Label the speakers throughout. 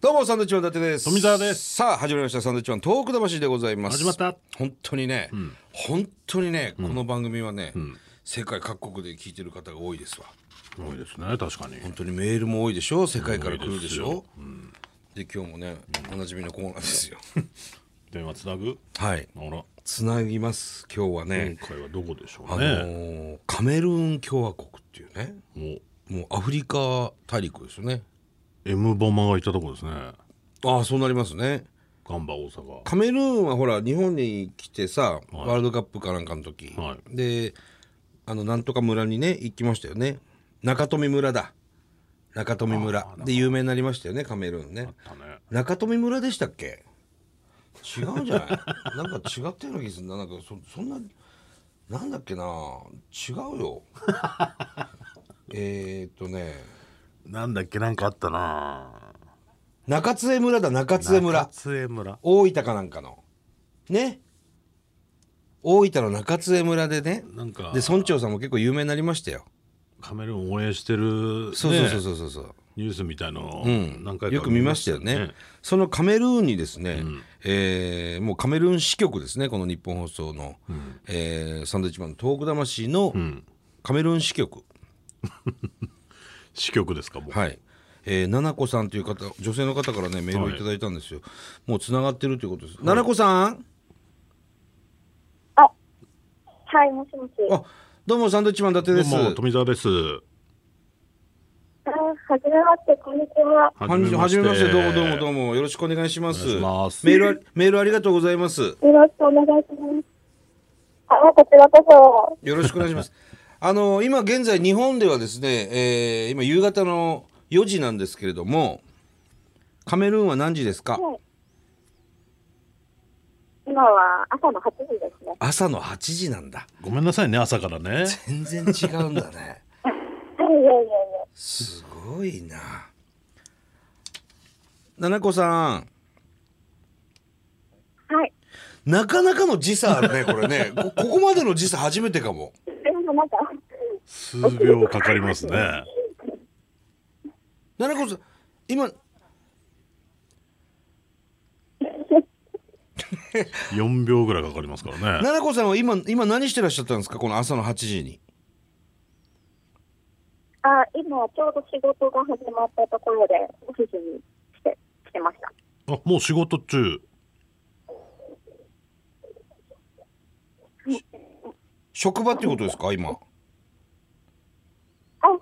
Speaker 1: どうもサンドウィッチマン伊達です
Speaker 2: 富澤です
Speaker 1: さあ始まりましたサンドウィッチマントーク魂でございます
Speaker 2: 始まった
Speaker 1: 本当にね、本当にねこの番組はね、世界各国で聞いてる方が多いですわ
Speaker 2: 多いですね確かに
Speaker 1: 本当にメールも多いでしょ世界から来るでしょで今日もねおなじみのコーナーです よ
Speaker 2: 電話つなぐ
Speaker 1: はい
Speaker 2: あら
Speaker 1: つなぎます今日は
Speaker 2: 今
Speaker 1: ね、
Speaker 2: 回はどこでしょ
Speaker 1: あ
Speaker 2: う
Speaker 1: の
Speaker 2: ね
Speaker 1: ーカメルーン共和国っていうね
Speaker 2: もう
Speaker 1: もうアフリカ大陸ですよね
Speaker 2: M ボマがいたとこですね
Speaker 1: ああそうなりますね
Speaker 2: ガンバ大阪
Speaker 1: カメルーンはほら日本に来てさ、ワールドカップかなんかの時、
Speaker 2: は
Speaker 1: であのなんとか村にね行きましたよね中富村だ中富村で有名になりましたよねカメルーンね
Speaker 2: だね
Speaker 1: 中富村でしたっけ違うんじゃない なんか違ったような気がするななんかそそんななんだっけな違うよえーっとね
Speaker 2: なんだっけなんかあったな
Speaker 1: 中津江村だ中津江村
Speaker 2: 津江村
Speaker 1: 大分かなんかのね大分の中津江村でね
Speaker 2: なんか
Speaker 1: で村長さんも結構有名になりましたよ
Speaker 2: カメルーン応援してる
Speaker 1: そうそう
Speaker 2: ね
Speaker 1: そうそうそう、
Speaker 2: ニュースみたいのを
Speaker 1: うん
Speaker 2: 何回か
Speaker 1: よく見ましたよねそのカメルーンにですね、えーもうカメルーン支局ですねこの日本放送の、えーサンドウィッチマンのトーク魂のカメルーン支局、
Speaker 2: 支局ですかもう
Speaker 1: はい、えー、七子さんという方女性の方からねメールをいただいたんですよ、もうつながってるということです、七子さん
Speaker 3: はい、もしもし。
Speaker 1: あどうもサンドウィッチマン伊達
Speaker 2: ど
Speaker 1: で
Speaker 2: う
Speaker 1: す
Speaker 2: も富澤です
Speaker 3: あはじめまして、こんにちは。
Speaker 1: はじめましてどうもどうもど
Speaker 2: も
Speaker 1: うもよろしくお願いします
Speaker 2: お願いします
Speaker 1: メールあメールありがとうございます
Speaker 3: よろしくお願いします。あ、こちらこ
Speaker 1: よろしくお願いし ますあの今現在日本ではですね、えー今夕方の4時なんですけれどもカメルーンは何時ですか
Speaker 3: そ。はい。今は朝の8時ですね。
Speaker 1: 朝の8時なんだ
Speaker 2: ごめんなさいね朝からね
Speaker 1: 全然違うんだね
Speaker 3: いやいやいやい
Speaker 1: すごいな七子さん
Speaker 3: や。はい。
Speaker 1: なかなかの時差あるねこれねこここまでの時差初めてかも
Speaker 3: でもなんか、
Speaker 2: 数秒かかりま すね
Speaker 1: 七子さん今
Speaker 2: 4秒ぐらいかかりますからね
Speaker 1: 奈々子さんは今今何してらっしゃったんですかこの朝の8時に
Speaker 3: あ、今ちょうど仕事が始まったところで、オフィスに来て、来てました。
Speaker 2: あもう仕事中
Speaker 1: 職場ってことですか今
Speaker 3: あ、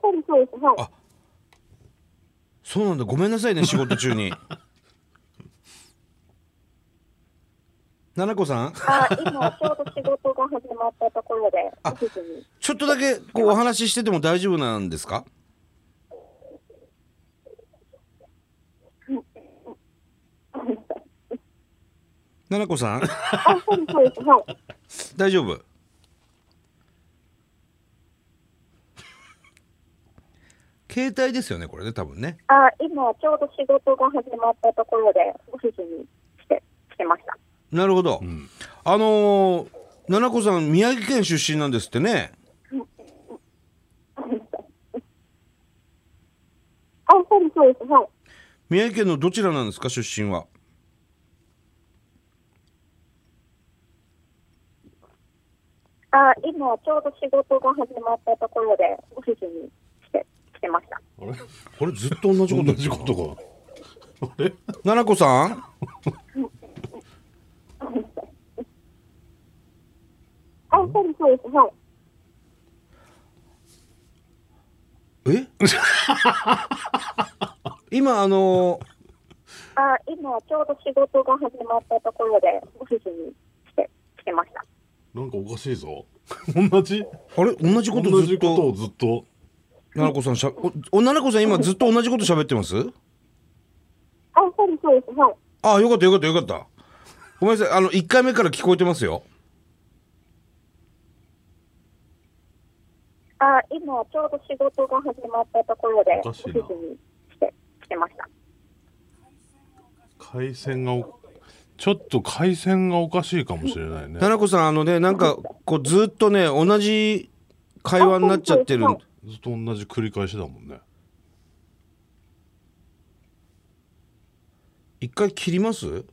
Speaker 3: そうです、そうです。はい。
Speaker 1: あそうなんだごめんなさいね仕事中に 奈々子さん
Speaker 3: あ、今ちょうど仕事が始まったところ で、オフィスに。
Speaker 1: ちょっとだけこうお話ししてても大丈夫なんですか奈々子さん
Speaker 3: あ、そうです、そうです。はい。
Speaker 1: 大丈夫携帯ですよねこれね多分ね
Speaker 3: あ今ちょうど仕事が始まったところでオフィスに来て来てました
Speaker 1: なるほど、あのー、七子さん宮城県出身なんですってね
Speaker 3: あそうですそうですはい
Speaker 1: 宮城県のどちらなんですか出身は
Speaker 3: あ今ちょうど仕事が始まったところでオフィスに来て来てました
Speaker 2: あれ
Speaker 1: これずっと同じ
Speaker 2: 同じことかあれ
Speaker 1: 七子さん
Speaker 3: あそうですそうですはい
Speaker 1: え今あのー
Speaker 3: あ今ちょうど仕事が始まったところでオフィスに来て来てました
Speaker 2: なんかおかしいぞ同じ
Speaker 1: あれ同じこと
Speaker 2: 同
Speaker 1: ず
Speaker 2: じ
Speaker 1: っ
Speaker 2: ことを
Speaker 1: と
Speaker 2: ずっと
Speaker 1: 七子さんしゃおお七子さん今ずっと同じこと喋ってます
Speaker 3: あそうですそうですはい
Speaker 1: ああよかったよかったよかったごめんなさいあの1回目から聞こえてますよ
Speaker 3: あ今ちょうど仕事が始まったところで
Speaker 2: お
Speaker 3: オ
Speaker 2: かしい
Speaker 3: フ
Speaker 2: な
Speaker 3: ィスに来て来てました
Speaker 2: 回線がおちょっと回線がおかしいかもしれないね
Speaker 1: 奈々子さんあのねなんかこうずっとね同じ会話になっちゃってる
Speaker 3: あそうそう
Speaker 2: ずっと同じ繰り返しだもんね
Speaker 1: 一回切ります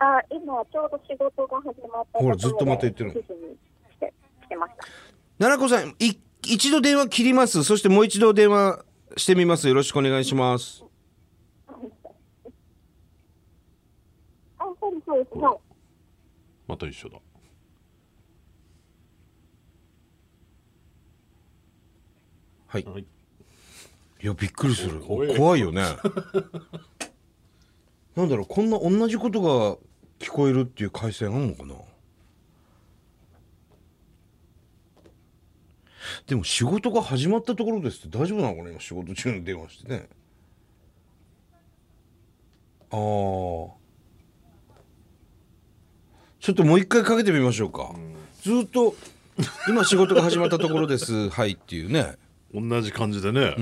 Speaker 3: あ今ちょうど仕事が始まったところで
Speaker 1: ほらずっとまた言ってる
Speaker 3: 9時に来て来てました
Speaker 1: 奈々子さんい一度電話切りますそしてもう一度電話してみますよろしくお願いします
Speaker 3: あそうですそうですはい
Speaker 2: また一緒だ
Speaker 1: はい
Speaker 2: はい
Speaker 1: いやびっくりする
Speaker 2: 怖
Speaker 1: 怖
Speaker 2: い
Speaker 1: いよね なんだろうこんな同じことが聞こえるっていう回線あんのかなでも仕事が始まったところですって大丈夫なのかな今仕事中に電話してねああちょっともう一回かけてみましょうか、ずっと「今仕事が始まったところです」「はい」っていうね
Speaker 2: 同じ感じでね、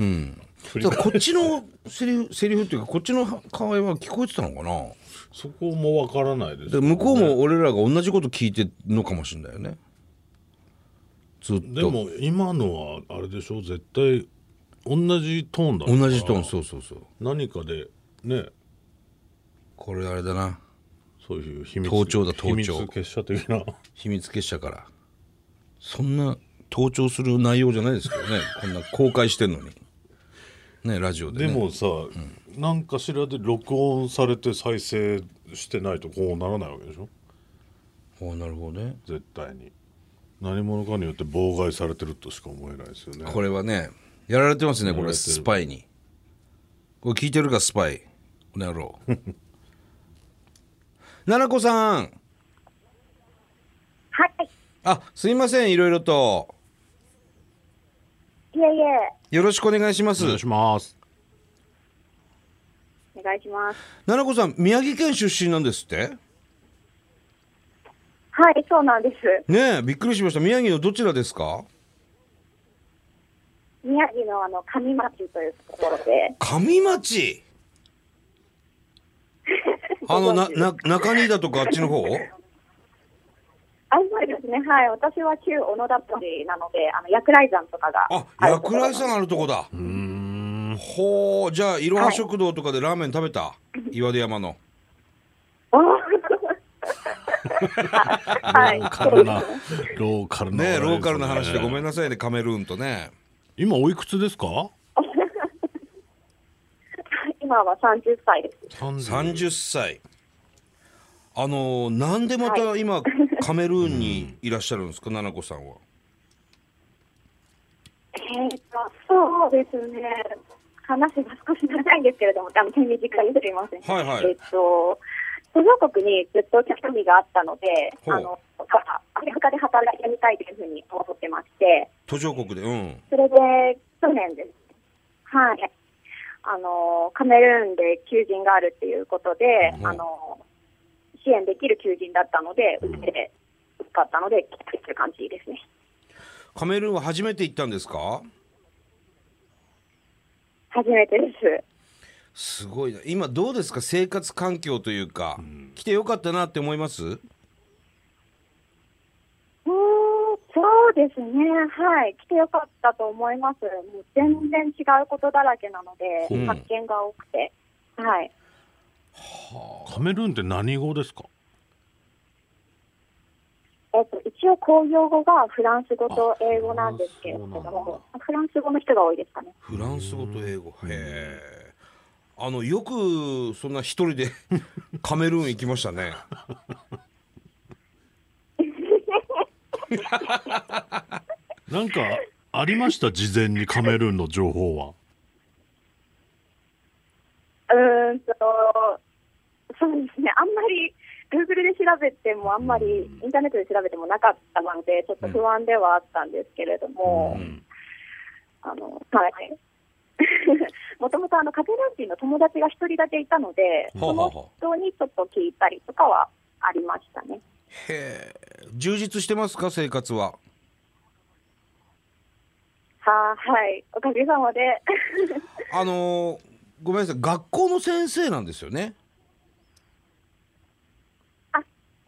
Speaker 2: 振り
Speaker 1: だ
Speaker 2: 返
Speaker 1: からこっちのセリフセリフっていうかこっちの会話は聞こえてたのかな
Speaker 2: そこもわからないです
Speaker 1: で向こうも俺らが同じこと聞いてるのかもしれないよねずっと
Speaker 2: でも今のはあれでしょ絶対同じトーンだ
Speaker 1: 同じトーン
Speaker 2: う
Speaker 1: そうそうそう
Speaker 2: 何かでね
Speaker 1: これあれだな
Speaker 2: そういう秘密
Speaker 1: 盗聴だ盗聴
Speaker 2: 秘密結社的な
Speaker 1: 秘密結社からそんな盗聴する内容じゃないですけどねこんな公開してんのにねラジオで、
Speaker 2: で
Speaker 1: ね、
Speaker 2: もさ、なんかしらで録音されて再生してないとこうならないわけでしょ
Speaker 1: おーなるほどね
Speaker 2: 絶対に何者かによって妨害されてるとしか思えないですよね
Speaker 1: これはねやられてますねこ
Speaker 2: やら
Speaker 1: れ
Speaker 2: れてる
Speaker 1: スパイにこれ聞いてるかスパイこの野郎 奈々子さん
Speaker 3: はい
Speaker 1: あすいませんいろいろと
Speaker 3: いえい
Speaker 1: よろしくお願いします
Speaker 2: お願いします
Speaker 3: えお願いします
Speaker 1: 奈々子さん宮城県出身なんですって
Speaker 3: はいそうなんです
Speaker 1: ねえびっくりしました宮城のどちらですか
Speaker 3: 宮城のあの上町というところで
Speaker 1: 上町あのなな中新田とかあっちの方
Speaker 3: あそうですねはい私は旧小野田町なのであの薬来山とかが
Speaker 1: あ
Speaker 3: る
Speaker 1: 薬来さんあるとこだ
Speaker 2: うーん
Speaker 1: ほうじゃあいろは食堂とかでラーメン食べた、岩出山の
Speaker 3: あ はい
Speaker 2: ローカルなローカルな話
Speaker 1: ね
Speaker 2: ですね
Speaker 1: ローカルな話でごめんなさいねカメルーンとね
Speaker 2: 今おいくつですか
Speaker 3: 今は三十歳です
Speaker 1: 30歳あのーなんでまた今、カメルーンにいらっしゃるんですか奈々子さんは
Speaker 3: えー、とそうですね、話が少し長いんですけれども、あの手短にすみません。
Speaker 1: はいはい
Speaker 3: えっ、と、途上国にずっと興味があったので、
Speaker 1: ほう
Speaker 3: あのアフリカで働いてみたいというふうに思ってまして、
Speaker 1: 途上国でうん
Speaker 3: それで去年です。はい。あのカメルーンで求人があるっていうことで、
Speaker 1: うん
Speaker 3: あの支援できる求人だったので、受けて受かったので、来たっていう感じですね。
Speaker 1: カメルーンは初めて行ったんですか
Speaker 3: 初めてです。
Speaker 1: すごいな今どうですか生活環境というか、来てよかったなって思います
Speaker 3: うーんそうですね、はい、来てよかったと思います、もう全然違うことだらけなので、
Speaker 1: うん
Speaker 3: 発見が多くて、はい、
Speaker 2: カメルーンって何語ですか
Speaker 3: えっと、一応、公用語がフランス語と英語なんですけれど
Speaker 2: あそうなんだ
Speaker 3: も、フランス語の人が多いですかね。
Speaker 1: フランス語と英語へえあのよくそんな一人で カメルーン行きましたね
Speaker 2: なんかありました事前にカメルーンの情報は
Speaker 3: うーんと、そうですね、あんまり、Google で調べても、あんまりインターネットで調べてもなかったので、ちょっと不安ではあったんですけれども。
Speaker 2: ん
Speaker 3: あの、はい。 もともとあの、カテラン人の友達が一人だけいたので、
Speaker 1: はあ
Speaker 3: そ
Speaker 1: はあ
Speaker 3: の人にちょっと聞いたりとかはありましたね。
Speaker 1: へえ充実してますか生活は
Speaker 3: はあ、はい。おかげさまで。
Speaker 1: あのーごめんなさい学校の先生なんですよね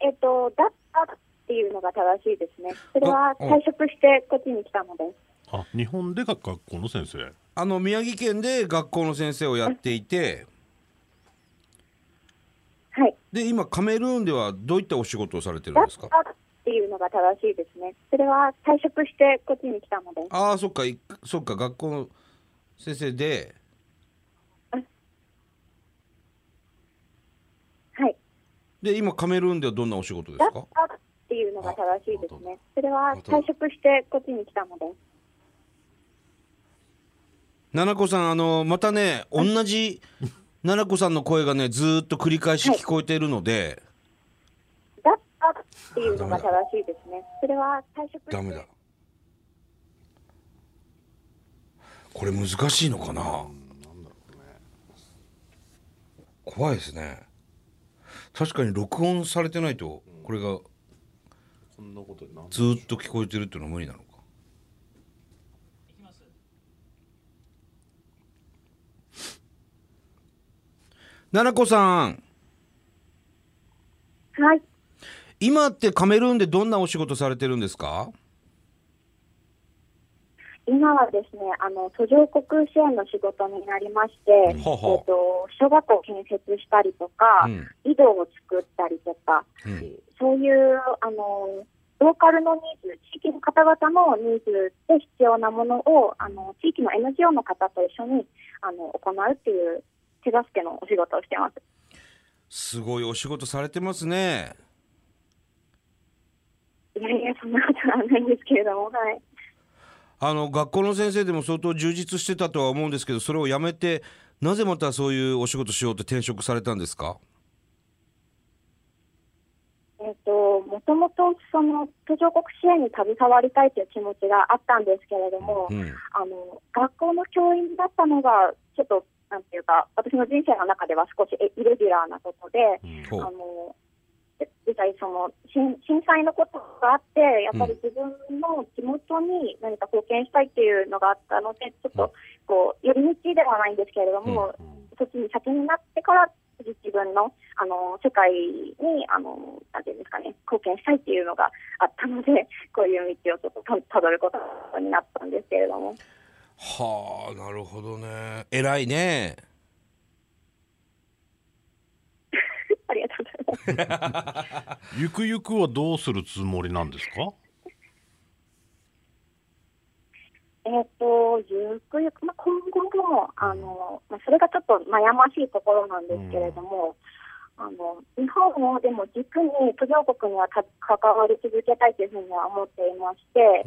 Speaker 3: えっと、だったっていうのが正しいですね。それ
Speaker 1: あ
Speaker 3: は
Speaker 1: うん
Speaker 3: 退職してこっちに来たので。
Speaker 2: あ日本でが学校の先生
Speaker 1: あの宮城県で学校の先生をやっていて、
Speaker 3: はい。
Speaker 1: で今カメルーンではどういったお仕事をされてる
Speaker 3: だ
Speaker 1: ん
Speaker 3: っ
Speaker 1: ですか
Speaker 3: たっていうのが正しいですね。それは退職してこっちに来たので、
Speaker 1: ああそっかいそっか学校の先生で
Speaker 3: はい。
Speaker 1: で今カメルーンではどんなお仕事で
Speaker 3: だ
Speaker 1: す
Speaker 3: っ
Speaker 1: か
Speaker 3: たっていうのが正しいですね。それは
Speaker 1: 本当だ
Speaker 3: 退職してこっちに来たので、
Speaker 1: 奈々子さんあのまたね同じ奈々子さんの声がねずーっと繰り返し聞こえているので、
Speaker 3: だったっていうのが正しいですね。それは退職して
Speaker 1: ダメだこれ難しいのかな怖いですね確かに録音されてないとこれが
Speaker 2: そんなことにな
Speaker 1: ずーっと聞こえてるっていうのは無理なのか奈々子さん
Speaker 3: はい。
Speaker 1: 今ってカメルーンでどんなお仕事されてるんですか
Speaker 3: 今はですね、あの途上国支援の仕事になりまして、えっ
Speaker 1: ほうほう
Speaker 3: と小学校を建設したりとか、
Speaker 1: うん
Speaker 3: 井戸を作ったりとか、
Speaker 1: うん
Speaker 3: そういうあのローカルのニーズ、地域の方々のニーズで必要なものをあの地域の NGO の方と一緒にあの行うっていう手助けのお仕事をしてます。
Speaker 1: すごいお仕事されてますね
Speaker 3: いやいやそんなことはないんですけれども、はい。
Speaker 1: あの学校の先生でも相当充実してたとは思うんですけどそれをやめてなぜまたそういうお仕事しようと転職されたんですか
Speaker 3: えっともともとその途上国支援に携わりたいという気持ちがあったんですけれども、
Speaker 1: うん
Speaker 3: あの学校の教員だったのがちょっとなんていうか私の人生の中では少しえイレギュラーなことで、
Speaker 1: ほ
Speaker 3: あ
Speaker 1: う
Speaker 3: ので実際その震震災のことがあってやっぱり自分の地元に何か貢献したいっていうのがあったのでちょっとこう寄り道ではないんですけれども、そっちに先になってから自分のあの世界にあのなんていうんですかね貢献したいっていうのがあったのでこういう道をちょっとたたどることになったんですけれども。
Speaker 1: はあなるほどね偉いね
Speaker 3: ありがとうございます。
Speaker 2: ゆくゆくはどうするつもりなんですか
Speaker 3: えっと、ゆくゆく、まあ、今後も、あの、まあ、それがちょっと悩ましいところなんですけれども、あの、日本をでも軸に途上国にはた関わり続けたいというふうには思っていまして、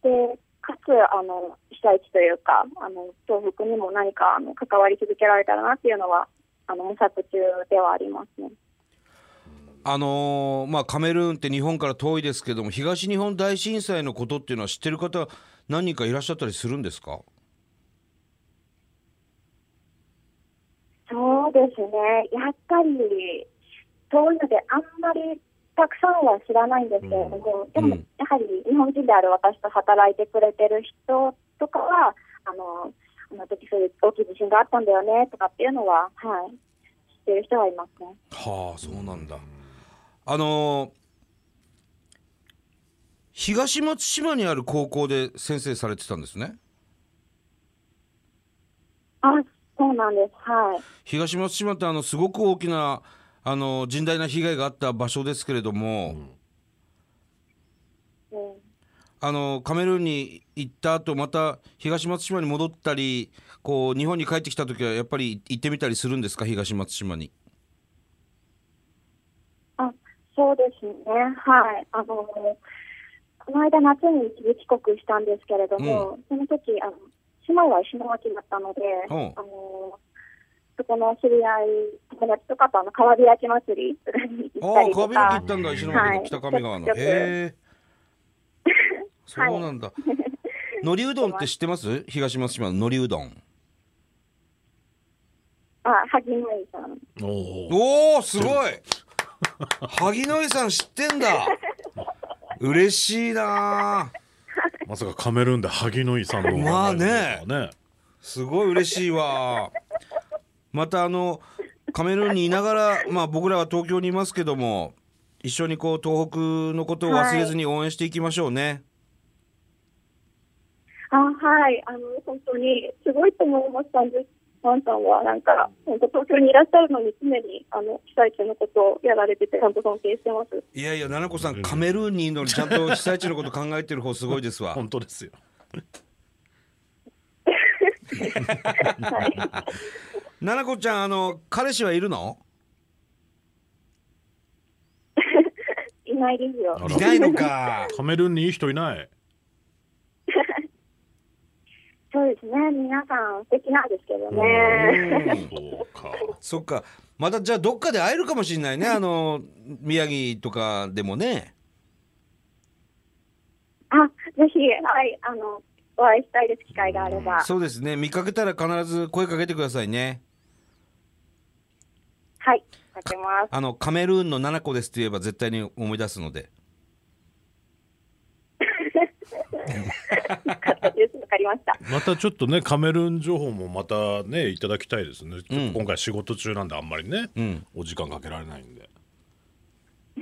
Speaker 3: で、かつ、あの、被災地というか、あの、東北にも何か、あの、関わり続けられたらなっていうのは、あの、模索中ではありますね。
Speaker 1: あのーまあカメルーンって日本から遠いですけども東日本大震災のことっていうのは知ってる方何人かいらっしゃったりするんですか
Speaker 3: そうですね、やっぱり、そういうので、あんまりたくさんは知らないんですけれども、で
Speaker 1: う
Speaker 3: も
Speaker 1: ん、
Speaker 3: やはり日本人である私と働いてくれてる人とかは、あの、あの時そういう大きい地震があったんだよねとかっていうのは、はい、知ってる人はいますね。
Speaker 1: はあそうなんだ、あのー東松島にある高校で先生されてたんですね
Speaker 3: あ、そうなんです。はい。
Speaker 1: 東松島ってあのすごく大きなあの甚大な被害があった場所ですけれども、
Speaker 3: うん
Speaker 1: あのカメルーンに行った後また東松島に戻ったりこう日本に帰ってきた時はやっぱり行ってみたりするんですか東松島に。
Speaker 3: あ、そうですね。はい。あの、この間夏に一時帰国したんですけれども、その時、あの、姉妹は石巻だったので、
Speaker 1: うん
Speaker 3: あの、そこの知り合い、友達とかとあの、川開き祭りとかに行った
Speaker 1: ああ
Speaker 3: り
Speaker 1: 川開
Speaker 3: と
Speaker 1: き行
Speaker 3: か
Speaker 1: っ、たんだ石巻
Speaker 3: は
Speaker 1: の
Speaker 3: い
Speaker 1: 北上川の。へ
Speaker 3: よく
Speaker 1: え。そうなん だ。のりうどんって知ってます東松島ののりうどん。
Speaker 3: あ、萩野井さん。
Speaker 2: おお
Speaker 1: おおすごい 萩野井さん知ってんだ嬉しいなー
Speaker 2: まさかカメルーンで萩野井さんの
Speaker 1: まあね
Speaker 2: ね
Speaker 1: すごい嬉しいわまたあのカメルーンにいながら、まあ、僕らは東京にいますけども一緒にこう東北のことを忘れずに応援していきましょうね、
Speaker 3: あ、はい。あの、本当に、すごいと思いましたんです。ワンさんはなんか、本当東京にいらっしゃるのに常に、あの、被災地のことをやられてて、ちゃんと尊敬してます。
Speaker 1: いやいや、奈々子さん、カメルーンにいるのにちゃんと被災地のこと考えてる方すごいですわ。
Speaker 2: 本当ですよ。
Speaker 3: はい。
Speaker 1: 奈々子ちゃん、あの、彼氏はいるの
Speaker 3: いないですよ。
Speaker 2: あら
Speaker 1: いないのか。
Speaker 2: カメルーンにいい人いない。
Speaker 3: そうですね。皆さん素敵なんですけど
Speaker 1: う
Speaker 3: ね。
Speaker 1: ん
Speaker 2: そうか。
Speaker 1: そっか。またじゃあどっかで会えるかもしれないね。あの、宮城とかでもね。
Speaker 3: あ、ぜひ、はい、あの、お会いしたいです、機会があれば。
Speaker 1: そうですね。見かけたら必ず声かけてくださいね。
Speaker 3: はい、待って ます。
Speaker 1: あの、カメルーンの奈々子ですって言えば絶対に思い出すので。
Speaker 3: ですわかりました。
Speaker 2: またちょっとねカメルーン情報もまたねいただきたいですね、
Speaker 1: うん
Speaker 2: 今回仕事中なんであんまりね、
Speaker 1: うん
Speaker 2: お時間かけられないんです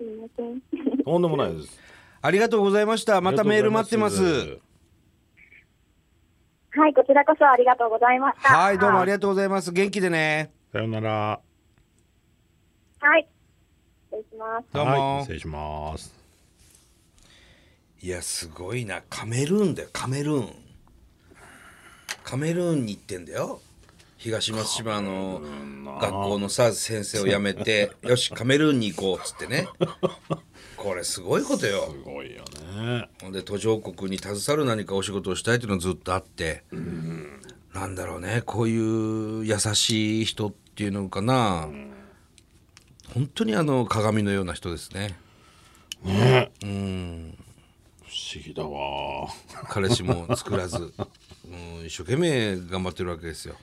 Speaker 3: みません。
Speaker 2: とんでもないです
Speaker 1: ありがとうございました。またメール待ってます。
Speaker 3: はい、こちらこそありがとうございました。
Speaker 1: はい、どうもありがとうございます。元気でね。
Speaker 2: さよなら
Speaker 3: はい。失礼します。
Speaker 1: どうも
Speaker 2: はい、失礼します
Speaker 1: いや、すごいな。カメルーンだよ、カメルーン。カメルーンに行ってんだよ。東松島の学校のさ、先生を辞めて、よし、カメルーンに行こうっつってね。これすごいことよ
Speaker 2: す。ごいよね
Speaker 1: ほんで途上国に携わる何かお仕事をしたいっていうのはずっとあって、なんだろうねこういう優しい人っていうのかな、本当にあの鏡のような人ですね
Speaker 2: ねうん不思議だわ
Speaker 1: 彼氏も作らず、うん、一生懸命頑張ってるわけですよ。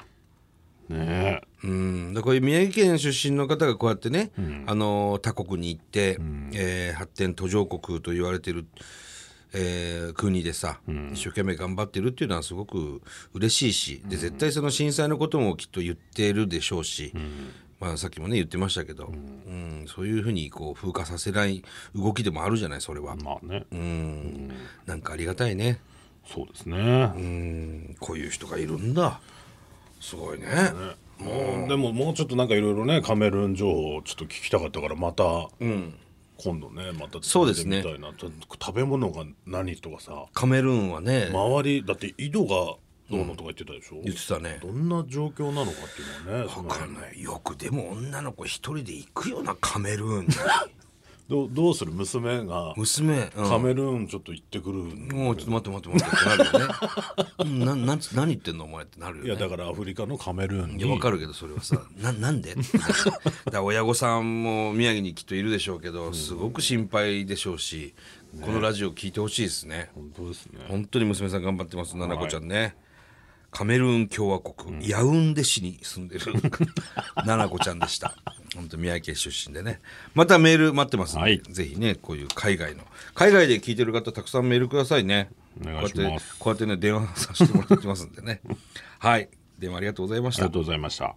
Speaker 2: ね
Speaker 1: うん、でこういう宮城県出身の方がこうやってね、あの他国に行って、えー発展途上国と言われてる、えー国でさ、一生懸命頑張ってるっていうのはすごく嬉しいしで絶対その震災のこともきっと言ってるでしょうし、まあ、さっきもね言ってましたけど、うんそういうふうにこう風化させない動きでもあるじゃないそれは、
Speaker 2: まあね、
Speaker 1: うん、なんかありがたいね、
Speaker 2: そうですね、
Speaker 1: うん、こういう人がいるんだすごいね。
Speaker 2: もうでももうちょっとなんかいろいろねカメルーン情報をちょっと聞きたかったからまた、今度ねまた
Speaker 1: そうですね
Speaker 2: みたいなちょっと食べ物が何とかさ
Speaker 1: カメルーンはね、
Speaker 2: 周りだって井戸がどうのとか言ってたでしょ、
Speaker 1: 言ってたね
Speaker 2: どんな状況なのかっていうのはねそ
Speaker 1: わ
Speaker 2: の
Speaker 1: かんないよくでも女の子一人で行くよなカメル ーンに
Speaker 2: どうどうする娘が
Speaker 1: 娘、うん
Speaker 2: カメルーンちょっと行ってくる、
Speaker 1: もうちょっと待って待って待ってってなるよねうんななんつ何言ってんのお前ってなるよ
Speaker 2: い
Speaker 1: ね
Speaker 2: やだからアフリカのカメルーン
Speaker 1: い
Speaker 2: に
Speaker 1: やわかるけどそれはさななん でだから親御さんも宮城にきっといるでしょうけどすごく心配でしょうし、このラジオ聞いてほしいですね
Speaker 2: 本当ですね
Speaker 1: 本当に娘さん頑張ってます奈々子ちゃんね、カメルーン共和国、ヤウンデ市に住んでる 奈々子ちゃんでした本当宮城県出身でねまたメール待ってますんで、
Speaker 2: はい
Speaker 1: ぜひねこういう海外の海外で聞いてる方たくさんメールくださいね
Speaker 2: お願いします
Speaker 1: こうやってこうやってね電話させてもらってますんでねはい電話ありがとうございまし
Speaker 2: あ
Speaker 1: た
Speaker 2: りがとうございました